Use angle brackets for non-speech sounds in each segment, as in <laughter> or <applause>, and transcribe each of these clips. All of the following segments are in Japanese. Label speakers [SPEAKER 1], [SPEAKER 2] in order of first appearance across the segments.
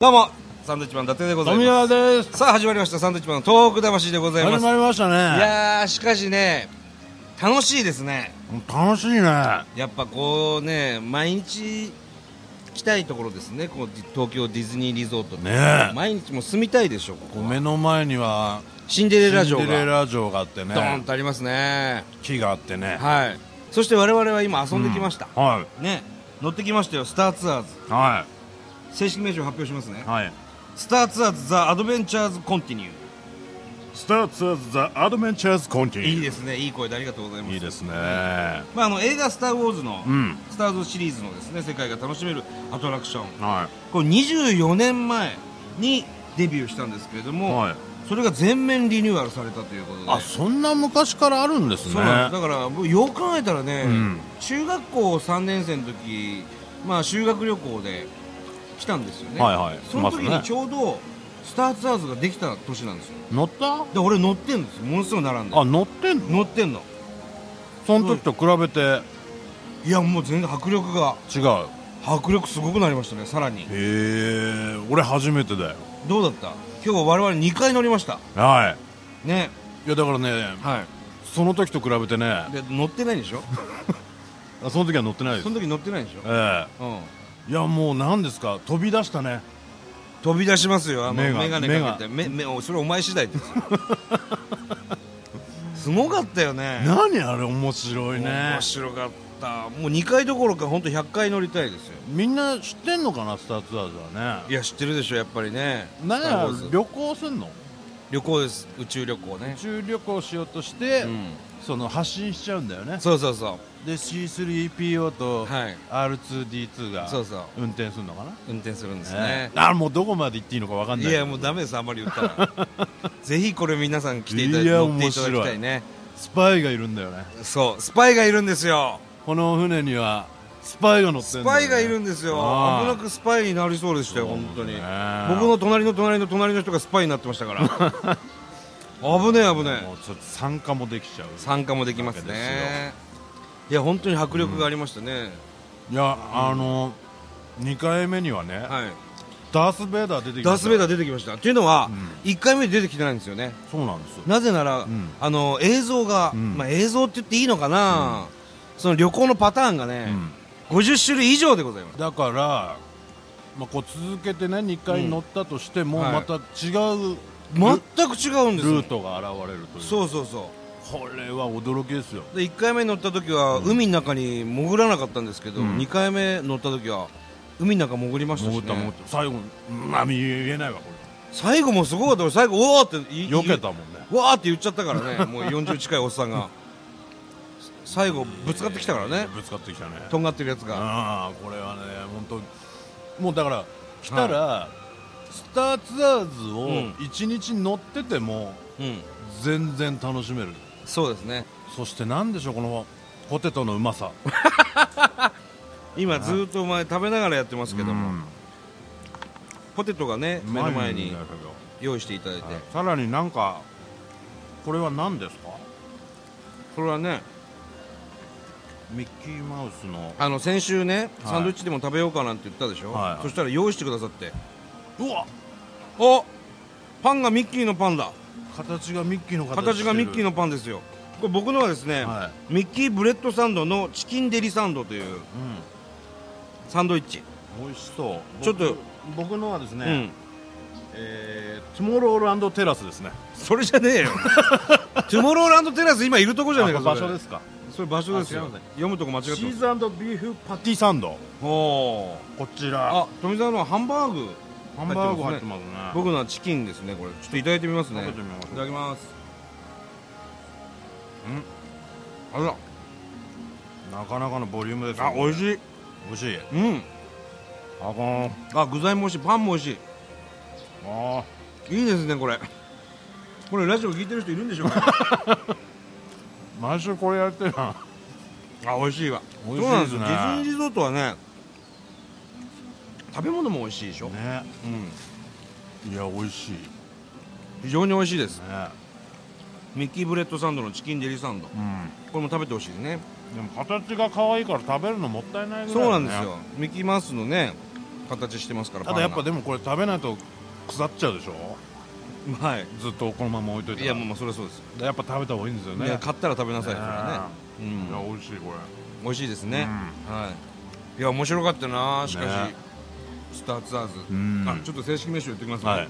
[SPEAKER 1] どうもサンドウィッチマン伊達でございます
[SPEAKER 2] 富澤です
[SPEAKER 1] さあ始まりましたサンドウィッチマンの東北魂でございま
[SPEAKER 2] 始
[SPEAKER 1] す
[SPEAKER 2] まりました
[SPEAKER 1] い
[SPEAKER 2] ね
[SPEAKER 1] やーしかしね楽しいですね
[SPEAKER 2] 楽しいね
[SPEAKER 1] やっぱこうね毎日来たいところですねこうディ東京ディズニーリゾートって
[SPEAKER 2] ねえ
[SPEAKER 1] 毎日もう住みたいでしょここは
[SPEAKER 2] 目の前には
[SPEAKER 1] シンデ
[SPEAKER 2] シ
[SPEAKER 1] レ
[SPEAKER 2] ン
[SPEAKER 1] ラ城
[SPEAKER 2] デレ
[SPEAKER 1] が
[SPEAKER 2] ラ城があって
[SPEAKER 1] ドーン
[SPEAKER 2] ね
[SPEAKER 1] とありますね
[SPEAKER 2] 木があってね
[SPEAKER 1] はいそして我々は今遊んできました、
[SPEAKER 2] は
[SPEAKER 1] ね乗ってきましたよスターツアーズ
[SPEAKER 2] いは
[SPEAKER 1] 正式名称発表しますね
[SPEAKER 2] いはい
[SPEAKER 1] スターツアーズ・ザ・アドベンチャーズ・コンティニュー
[SPEAKER 2] スターツアーズ・ザ・アドベンチャーズ・コンティ
[SPEAKER 1] いい
[SPEAKER 2] ニュ
[SPEAKER 1] ですねいい声でありがとうございま
[SPEAKER 2] ー
[SPEAKER 1] す
[SPEAKER 2] いいですね
[SPEAKER 1] まあ、あの映画「スター・ウォーズ」の
[SPEAKER 2] うん
[SPEAKER 1] スターズシリーズのですね世界が楽しめるアトラクション
[SPEAKER 2] は
[SPEAKER 1] これ24年前にデビューしたんですけれど
[SPEAKER 2] い
[SPEAKER 1] も、
[SPEAKER 2] はい
[SPEAKER 1] それが全面リニューアルされたということで
[SPEAKER 2] あそんな昔からあるんですね
[SPEAKER 1] そうなんですだからもうよう考えたらね、
[SPEAKER 2] うん
[SPEAKER 1] 中学校3年生の時、まあ、修学旅行で来たんですよね、
[SPEAKER 2] はいはい
[SPEAKER 1] その時
[SPEAKER 2] います
[SPEAKER 1] に
[SPEAKER 2] ね
[SPEAKER 1] ちょうどスターツアーズができた年なんですよ
[SPEAKER 2] 乗った
[SPEAKER 1] で俺乗ってんですよものすごい並んで
[SPEAKER 2] あ乗ってんの
[SPEAKER 1] 乗ってんの
[SPEAKER 2] その時と比べて
[SPEAKER 1] いやもう全然迫力が
[SPEAKER 2] 違う
[SPEAKER 1] 迫力すごくなりましたねさらに
[SPEAKER 2] へえ俺初めてだよ
[SPEAKER 1] どうだった今日我々2回乗りました
[SPEAKER 2] は
[SPEAKER 1] ね
[SPEAKER 2] いいやだからね
[SPEAKER 1] は
[SPEAKER 2] その時と比べてねあ
[SPEAKER 1] で乗ってないでしょ
[SPEAKER 2] その時は乗ってないです
[SPEAKER 1] その時乗ってないでしょ、
[SPEAKER 2] え
[SPEAKER 1] うん、
[SPEAKER 2] えいやもう何ですか飛び出したね
[SPEAKER 1] 飛び出しますよあの
[SPEAKER 2] 目が
[SPEAKER 1] 眼鏡かけて目目それお前次第ですよ <laughs> すごかったよね
[SPEAKER 2] 何あれ面白いね
[SPEAKER 1] 面白かったもう2回どころか本当100回乗りたいですよ
[SPEAKER 2] みんな知ってんのかなスターツアーズはいね
[SPEAKER 1] や知ってるでしょやっぱりね
[SPEAKER 2] なん
[SPEAKER 1] スター
[SPEAKER 2] や
[SPEAKER 1] ウォーズ
[SPEAKER 2] 旅行すんの
[SPEAKER 1] 旅行です宇宙旅行ね
[SPEAKER 2] 宇、宙旅行しようとして、
[SPEAKER 1] うん、
[SPEAKER 2] その発信しちゃうんだよね
[SPEAKER 1] そうそうそ
[SPEAKER 2] で C3PO と
[SPEAKER 1] うはい
[SPEAKER 2] R2D2 が
[SPEAKER 1] そうそう
[SPEAKER 2] 運転するのかな
[SPEAKER 1] 運転するんです
[SPEAKER 2] え
[SPEAKER 1] ね
[SPEAKER 2] えあもうどこまで行っていいのかわかんない
[SPEAKER 1] いやもうダメですあんまり言った
[SPEAKER 2] <laughs>
[SPEAKER 1] らぜひこれ皆さん来ていただい
[SPEAKER 2] い
[SPEAKER 1] て
[SPEAKER 2] や
[SPEAKER 1] 乗っていただきたいね
[SPEAKER 2] スパイがいるんだよね
[SPEAKER 1] そうスパイがいるんですよ
[SPEAKER 2] この船にはスパイが乗って
[SPEAKER 1] ス
[SPEAKER 2] んだよ、
[SPEAKER 1] パ
[SPEAKER 2] ね、
[SPEAKER 1] イがいるんですよ
[SPEAKER 2] あ
[SPEAKER 1] 危
[SPEAKER 2] あ
[SPEAKER 1] なくスパイになりそうでしたよ本当に
[SPEAKER 2] ね
[SPEAKER 1] 僕の隣の隣の隣の人がスパイになってましたから
[SPEAKER 2] <laughs>
[SPEAKER 1] 危ねえ危ね
[SPEAKER 2] も
[SPEAKER 1] え
[SPEAKER 2] うちょっと参加もできちゃう
[SPEAKER 1] 参加もできます
[SPEAKER 2] わけ
[SPEAKER 1] ねいや本当に迫力がありましたね、
[SPEAKER 2] いやあの2回目にはね、
[SPEAKER 1] はい
[SPEAKER 2] ダース・ベイダー出てきた
[SPEAKER 1] ダース・ベイダー出てきましたっていうのは、
[SPEAKER 2] う
[SPEAKER 1] 一1回目で出てきてないんですよね
[SPEAKER 2] そうなんですよ
[SPEAKER 1] なぜなら、
[SPEAKER 2] うん
[SPEAKER 1] あの映像が、
[SPEAKER 2] うん
[SPEAKER 1] まあ、映像って言っていいのかな、その旅行のパターンがね、
[SPEAKER 2] う
[SPEAKER 1] 50種類以上でございます
[SPEAKER 2] んだから、まあ、こう続けてね2回乗ったとして
[SPEAKER 1] う
[SPEAKER 2] も、
[SPEAKER 1] んはい
[SPEAKER 2] また違う
[SPEAKER 1] 全く違うんで
[SPEAKER 2] ル
[SPEAKER 1] すよ
[SPEAKER 2] ルートが現れるという
[SPEAKER 1] そうそうそ
[SPEAKER 2] これは驚きですよ
[SPEAKER 1] うで1回目乗った時は海の中に潜らなかったんですけど、
[SPEAKER 2] うん
[SPEAKER 1] 2回目乗った時は海の中潜りましたし、ね、
[SPEAKER 2] 潜った潜った最後まあ言えないわこ
[SPEAKER 1] 最後もすごかった俺最後「おー!」って
[SPEAKER 2] れ
[SPEAKER 1] 言い
[SPEAKER 2] 避けたもんね
[SPEAKER 1] 言いわーって言っちゃったからねもう40近いおっさんが最後ぶつかってきたからね
[SPEAKER 2] ぶつかってきたね
[SPEAKER 1] とんがってるやつが
[SPEAKER 2] ああこれはね本当もうだから来たら、スターツアーズを
[SPEAKER 1] うん
[SPEAKER 2] 1日乗ってても
[SPEAKER 1] うん
[SPEAKER 2] 全然楽しめる、
[SPEAKER 1] そうですね
[SPEAKER 2] そしてなんでしょうこのポテトのうまさ
[SPEAKER 1] 今ずーっとお前食べながらやってますけども、ポテトがね
[SPEAKER 2] うん
[SPEAKER 1] 目の前に
[SPEAKER 2] うまいんだけど
[SPEAKER 1] 用意していただいて、
[SPEAKER 2] はいさらになんかこれは何ですか
[SPEAKER 1] これはね
[SPEAKER 2] ミッキーマウスの
[SPEAKER 1] あの先週ね、
[SPEAKER 2] はい
[SPEAKER 1] サンドイッチでも食べようかなんて言ったでしょ、
[SPEAKER 2] はい
[SPEAKER 1] そしたら用意してくださって
[SPEAKER 2] うわ
[SPEAKER 1] おパンがミッキーのパンだ
[SPEAKER 2] 形がミッキーの形
[SPEAKER 1] 形がミッキー
[SPEAKER 2] の
[SPEAKER 1] のパンですよこれ僕のはですね、
[SPEAKER 2] は
[SPEAKER 1] ミッキーブレッドサンドのチキンデリサンドというサンドイッチ、
[SPEAKER 2] うん美味しそう
[SPEAKER 1] ちょっと
[SPEAKER 2] 僕僕のはですね、
[SPEAKER 1] うん
[SPEAKER 2] えー、トゥモローランドテラスですね
[SPEAKER 1] それじゃねえ
[SPEAKER 2] <laughs>
[SPEAKER 1] よトゥモローランドテラス今いるとこじゃねえか
[SPEAKER 2] あ場所ですすか
[SPEAKER 1] それ場所です
[SPEAKER 2] あ
[SPEAKER 1] よ
[SPEAKER 2] 違いますね
[SPEAKER 1] 読むとこ間違って
[SPEAKER 2] チ
[SPEAKER 1] ます
[SPEAKER 2] ーズビーフパティサンド
[SPEAKER 1] おー
[SPEAKER 2] こちら
[SPEAKER 1] あ富澤のはハンバーグ
[SPEAKER 2] ハンバーグ入ってますね
[SPEAKER 1] 僕のはチキンですねこれちょっといただいてみますね
[SPEAKER 2] 食べてみましょう
[SPEAKER 1] いただきますんあ
[SPEAKER 2] なかなかのボリュームです
[SPEAKER 1] らあ美味
[SPEAKER 2] い
[SPEAKER 1] しい
[SPEAKER 2] 美味しい
[SPEAKER 1] うん
[SPEAKER 2] あこん
[SPEAKER 1] あ具材も美味しいパンも美味し
[SPEAKER 2] あ
[SPEAKER 1] いいいですねこれこれラジオ聞いてる人いるんでしょうか
[SPEAKER 2] ー毎週これやってるな
[SPEAKER 1] <laughs> あ美味しいわ
[SPEAKER 2] 美味し
[SPEAKER 1] そうないんです
[SPEAKER 2] で
[SPEAKER 1] すよ
[SPEAKER 2] ね
[SPEAKER 1] ディズニーリゾートはね食べ物も美味しいでしょ、
[SPEAKER 2] ね
[SPEAKER 1] うん
[SPEAKER 2] いや美味しいね
[SPEAKER 1] 非常に美味しいですミッキーブレッドサンドのチキンデリサンドこ
[SPEAKER 2] うん
[SPEAKER 1] れも食べてほしいね
[SPEAKER 2] でも形が可愛いから食べるのもったいないぐらい
[SPEAKER 1] そうな
[SPEAKER 2] だね
[SPEAKER 1] んですよミッキーマウスのね形してますから
[SPEAKER 2] ただやっ
[SPEAKER 1] バ
[SPEAKER 2] ぱ
[SPEAKER 1] ナ
[SPEAKER 2] でもこれ食べないと腐っちゃうでしょ
[SPEAKER 1] ナはい
[SPEAKER 2] ずっとこのまま置いといた
[SPEAKER 1] い
[SPEAKER 2] ら
[SPEAKER 1] やもうまあそれはそうです、
[SPEAKER 2] やっぱ食べた方がいいんですよね
[SPEAKER 1] いや買ったら食べなさいそれはね、
[SPEAKER 2] いや
[SPEAKER 1] うん、
[SPEAKER 2] 美味しいこ
[SPEAKER 1] 美味しいですね、はいいや面白かったなしかし、
[SPEAKER 2] ね
[SPEAKER 1] スターツアーズ、
[SPEAKER 2] ん
[SPEAKER 1] あちょっと正式名称言ってきます
[SPEAKER 2] れ
[SPEAKER 1] ね
[SPEAKER 2] はい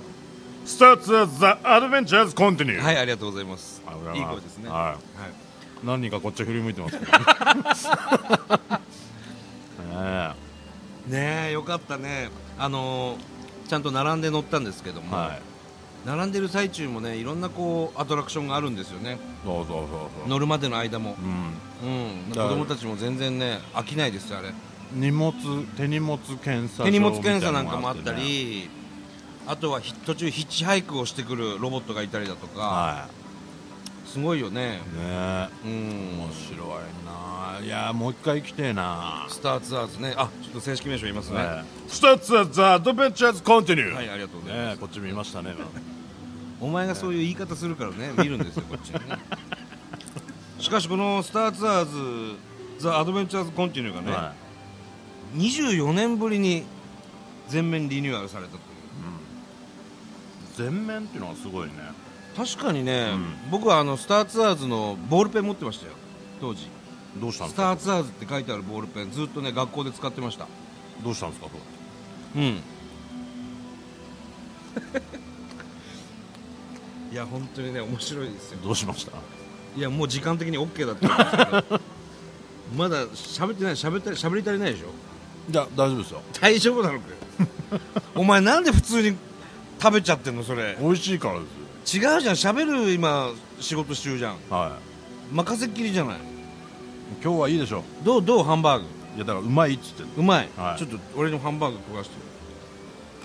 [SPEAKER 2] スターツザ・アドベンチャーズ・コンティニュー
[SPEAKER 1] はい、ありがとうございます
[SPEAKER 2] ありがとうござ
[SPEAKER 1] いい
[SPEAKER 2] ます
[SPEAKER 1] 声ですね
[SPEAKER 2] は
[SPEAKER 1] はい
[SPEAKER 2] い何人かこっち振り向い
[SPEAKER 1] <laughs>
[SPEAKER 2] てますけどね
[SPEAKER 1] ねえよかったねあのーちゃんと並んで乗ったんですけど
[SPEAKER 2] え
[SPEAKER 1] も、
[SPEAKER 2] はい
[SPEAKER 1] 並んでる最中もねいろんなこうアトラクションがあるんですよね
[SPEAKER 2] そうそうそうそう
[SPEAKER 1] 乗るまでの間も、
[SPEAKER 2] う
[SPEAKER 1] うん、
[SPEAKER 2] ん
[SPEAKER 1] 子
[SPEAKER 2] だから
[SPEAKER 1] 供たちも全然ね飽きないですよあれ
[SPEAKER 2] 荷物手荷物検査
[SPEAKER 1] 手荷物
[SPEAKER 2] 場みたい
[SPEAKER 1] 検査なんかもあ
[SPEAKER 2] の
[SPEAKER 1] っ
[SPEAKER 2] が
[SPEAKER 1] た
[SPEAKER 2] ね
[SPEAKER 1] りあとはひ途中ヒッチハイクをしてくるロボットがいたりだとか、
[SPEAKER 2] は
[SPEAKER 1] すごいよね
[SPEAKER 2] いね
[SPEAKER 1] う
[SPEAKER 2] え
[SPEAKER 1] ん
[SPEAKER 2] 面白いないやもう一回来てえな
[SPEAKER 1] スターツアーズねあちょっと正式名称言いますね、
[SPEAKER 2] ねスターツザ・アドベンチャーズ・コンティニュー
[SPEAKER 1] はいありがとうございます、
[SPEAKER 2] ねえこっち見ました <laughs> ね今
[SPEAKER 1] お前がそういう言い方するからね見るん <laughs> ですよこっちにねしかしこの「スターツアーズ・ザ・アドベンチャーズ・コンティニュー」がね、
[SPEAKER 2] は
[SPEAKER 1] 24年ぶりに全面リニューアルされたという
[SPEAKER 2] い全面っていうのはすごいね
[SPEAKER 1] 確かにね、
[SPEAKER 2] う
[SPEAKER 1] 僕はあの「スターツアーズ」のボールペン持ってましたよ当時
[SPEAKER 2] どう
[SPEAKER 1] 「
[SPEAKER 2] したん
[SPEAKER 1] ス
[SPEAKER 2] ですか
[SPEAKER 1] ターツアーズ」って書いてあるボールペンずっとね学校で使ってました
[SPEAKER 2] どうしたんですかそれ
[SPEAKER 1] うん <laughs> いや本当にね面白いですよ
[SPEAKER 2] どうしました
[SPEAKER 1] いやもう時間的に OK だったんですけど <laughs> まだ喋ってない喋ったり喋り足りないでしょ
[SPEAKER 2] いや大丈夫ですよ
[SPEAKER 1] 大丈夫なのかよ <laughs> お前なんで普通に食べちゃってんのそれ違う
[SPEAKER 2] 美味しいからです
[SPEAKER 1] じゃん喋る今仕事中じゃん
[SPEAKER 2] よは
[SPEAKER 1] 任せっきりじゃない
[SPEAKER 2] い今日はいいでしょ
[SPEAKER 1] どうどうハンバーグ
[SPEAKER 2] いやだからうまいっつってんの
[SPEAKER 1] うまい、
[SPEAKER 2] はい
[SPEAKER 1] ちょっと俺のハンバーグ焦がしてよ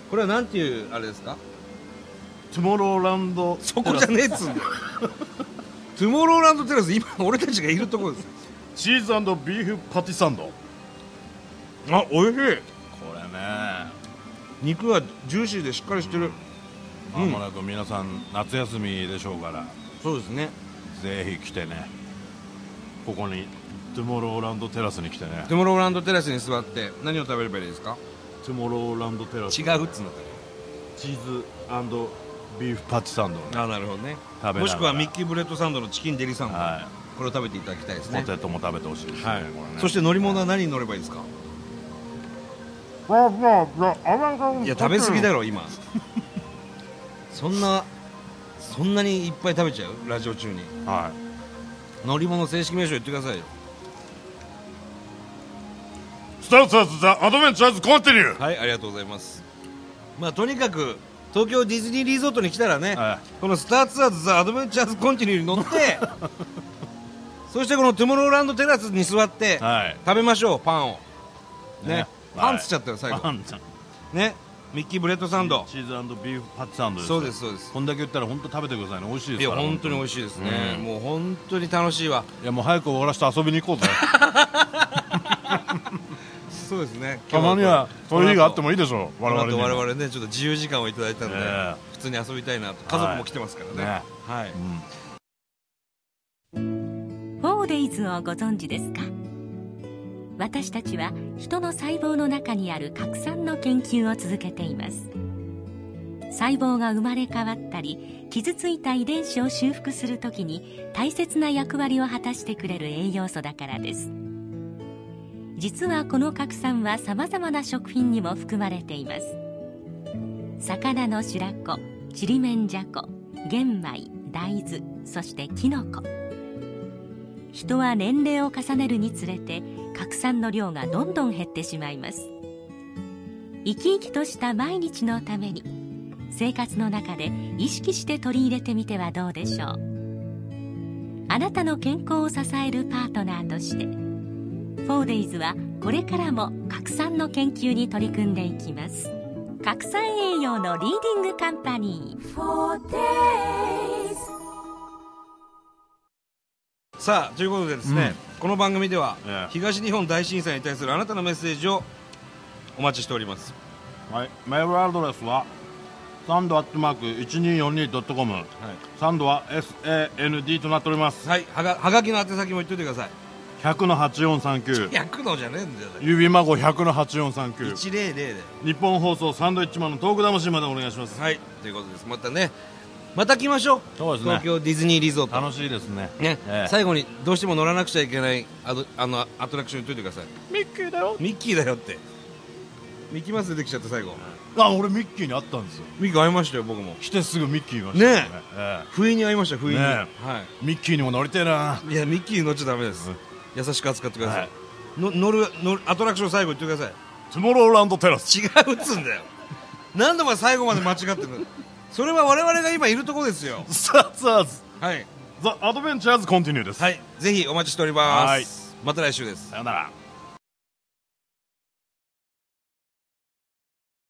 [SPEAKER 1] これはなんていうあれですか
[SPEAKER 2] トゥモローランド
[SPEAKER 1] <laughs> そこじゃねえっつうんだよ <laughs> トゥモローランドテラス今俺たちがいるところですよ
[SPEAKER 2] チーズビーフパティサンドこ
[SPEAKER 1] あ美味しい
[SPEAKER 2] れね
[SPEAKER 1] 肉はジューシーでしっかりしてる、
[SPEAKER 2] まもなく皆さん夏休みでしょうから
[SPEAKER 1] そうですね
[SPEAKER 2] ぜひ来てねここにトゥモローランドテラスに来てね
[SPEAKER 1] トゥモローランドテラスに座って何を食べればいいですか
[SPEAKER 2] トゥモローランドテラス
[SPEAKER 1] 違うっつうんだか
[SPEAKER 2] チーズビーフパティサンドをね
[SPEAKER 1] らあなるほどね
[SPEAKER 2] 食べながら
[SPEAKER 1] もしくはミッキーブレッドサンドのチキンデリサンド、
[SPEAKER 2] は
[SPEAKER 1] これを食べていただきたいです
[SPEAKER 2] いポ
[SPEAKER 1] ね
[SPEAKER 2] テトも食べてほしいですね
[SPEAKER 1] はい
[SPEAKER 2] これね
[SPEAKER 1] そして乗り物は何に乗ればいいですかいや食べ過ぎだろ今 <laughs> そんなそんなにいっぱい食べちゃうラジオ中に
[SPEAKER 2] は
[SPEAKER 1] 乗り物正式名称言ってくださいよ
[SPEAKER 2] いスターツアーズ・ザ・アドベンチャーズ・コンティニュー
[SPEAKER 1] はいありがとうございますまあとにかく東京ディズニーリゾートに来たらね、
[SPEAKER 2] は
[SPEAKER 1] このスターツアーズ・ザ・アドベンチャーズ・コンティニューに乗って <laughs> そしてこのトゥモローランドテラスに座って、
[SPEAKER 2] はい
[SPEAKER 1] 食べましょうパンをね
[SPEAKER 2] ね
[SPEAKER 1] パンつっちゃったよ最後
[SPEAKER 2] パンちゃん
[SPEAKER 1] ねミッキーブレッドサンド
[SPEAKER 2] チーズビーフパティサンド
[SPEAKER 1] そうですそうです
[SPEAKER 2] こんだけ言ったら本当食べてくださいね美味しいで
[SPEAKER 1] い
[SPEAKER 2] す
[SPEAKER 1] や
[SPEAKER 2] から
[SPEAKER 1] 本当に美味
[SPEAKER 2] し
[SPEAKER 1] しいですね、
[SPEAKER 2] うん
[SPEAKER 1] もう本当に楽しいわ
[SPEAKER 2] いいやもう早く終わらせて遊びに行こうぜ
[SPEAKER 1] <laughs> そうですね
[SPEAKER 2] たまにはそういう日があって
[SPEAKER 1] も
[SPEAKER 2] もいいでしょう我
[SPEAKER 1] 我
[SPEAKER 2] 々
[SPEAKER 1] 々
[SPEAKER 2] に
[SPEAKER 1] 我々ねちょっと自由時間をいただいたので、
[SPEAKER 2] ええ
[SPEAKER 1] 普通に遊びたいなと家族も来てますからね
[SPEAKER 2] ね
[SPEAKER 1] はい、
[SPEAKER 2] うん
[SPEAKER 3] フォーデイズをご存知ですか私たちは人の細胞の中にある核酸の研究を続けています細胞が生まれ変わったり傷ついた遺伝子を修復するときに大切な役割を果たしてくれる栄養素だからです実はこの核酸はさまざまな食品にも含まれています魚の白子ちりめんじゃこ玄米大豆そしてきのこ人は年齢を重ねるにつれて核酸の量がどんどん減ってしまいます生き生きとした毎日のために生活の中で意識して取り入れてみてはどうでしょうあなたの健康を支えるパートナーとしてフォーデイズはこれからも核酸の研究に取り組んでいきます核酸栄養のリーディングカンパニー
[SPEAKER 1] さあということでですね、この番組では、
[SPEAKER 2] ええ
[SPEAKER 1] 東日本大震災に対するあなたのメッセージをお待ちしております
[SPEAKER 2] はい、メールアドレスはサンドアットマーク 1242.com、サンドは SAND となっております
[SPEAKER 1] はいはがはがきの宛先も言っといてください
[SPEAKER 2] 100の8439
[SPEAKER 1] 100のじゃねえんだよだか
[SPEAKER 2] 指孫100の
[SPEAKER 1] ら
[SPEAKER 2] 8439
[SPEAKER 1] 100だよ
[SPEAKER 2] 日本放送サンドイッチマンのトーク魂までお願いします
[SPEAKER 1] はいということですまたねまた来ましょう
[SPEAKER 2] そうですね
[SPEAKER 1] 東京ディズニーリゾート
[SPEAKER 2] 楽しいですね
[SPEAKER 1] ね、
[SPEAKER 2] ええ
[SPEAKER 1] 最後にどうしても乗らなくちゃいけないあのあのアトラクション言っといてください
[SPEAKER 2] ミッキーだよ
[SPEAKER 1] ミッキーだよってミッキーマウス出てきちゃった最後
[SPEAKER 2] あ俺ミッキーに会ったんですよ
[SPEAKER 1] ミッキー会いましたよ僕も
[SPEAKER 2] 来てすぐミッキーいましたよ
[SPEAKER 1] ね
[SPEAKER 2] え
[SPEAKER 1] 不意に会いました不意に、
[SPEAKER 2] ね
[SPEAKER 1] は
[SPEAKER 2] えミッキーにも乗りてえない
[SPEAKER 1] いやミッキー乗っちゃダメです、優しく扱ってください、
[SPEAKER 2] はい
[SPEAKER 1] の乗る乗るアトラクション最後言ってください
[SPEAKER 2] トゥモローランドテラス
[SPEAKER 1] 違うっつんだよ何度も最後まで間違ってるのそれは我々が今いるとこですよ
[SPEAKER 2] さあさあ
[SPEAKER 1] はい
[SPEAKER 2] ザ・アドベンチャーズ・コンティニューです
[SPEAKER 1] はいぜひお待ちしております
[SPEAKER 2] はい
[SPEAKER 1] また来週です
[SPEAKER 2] さよなら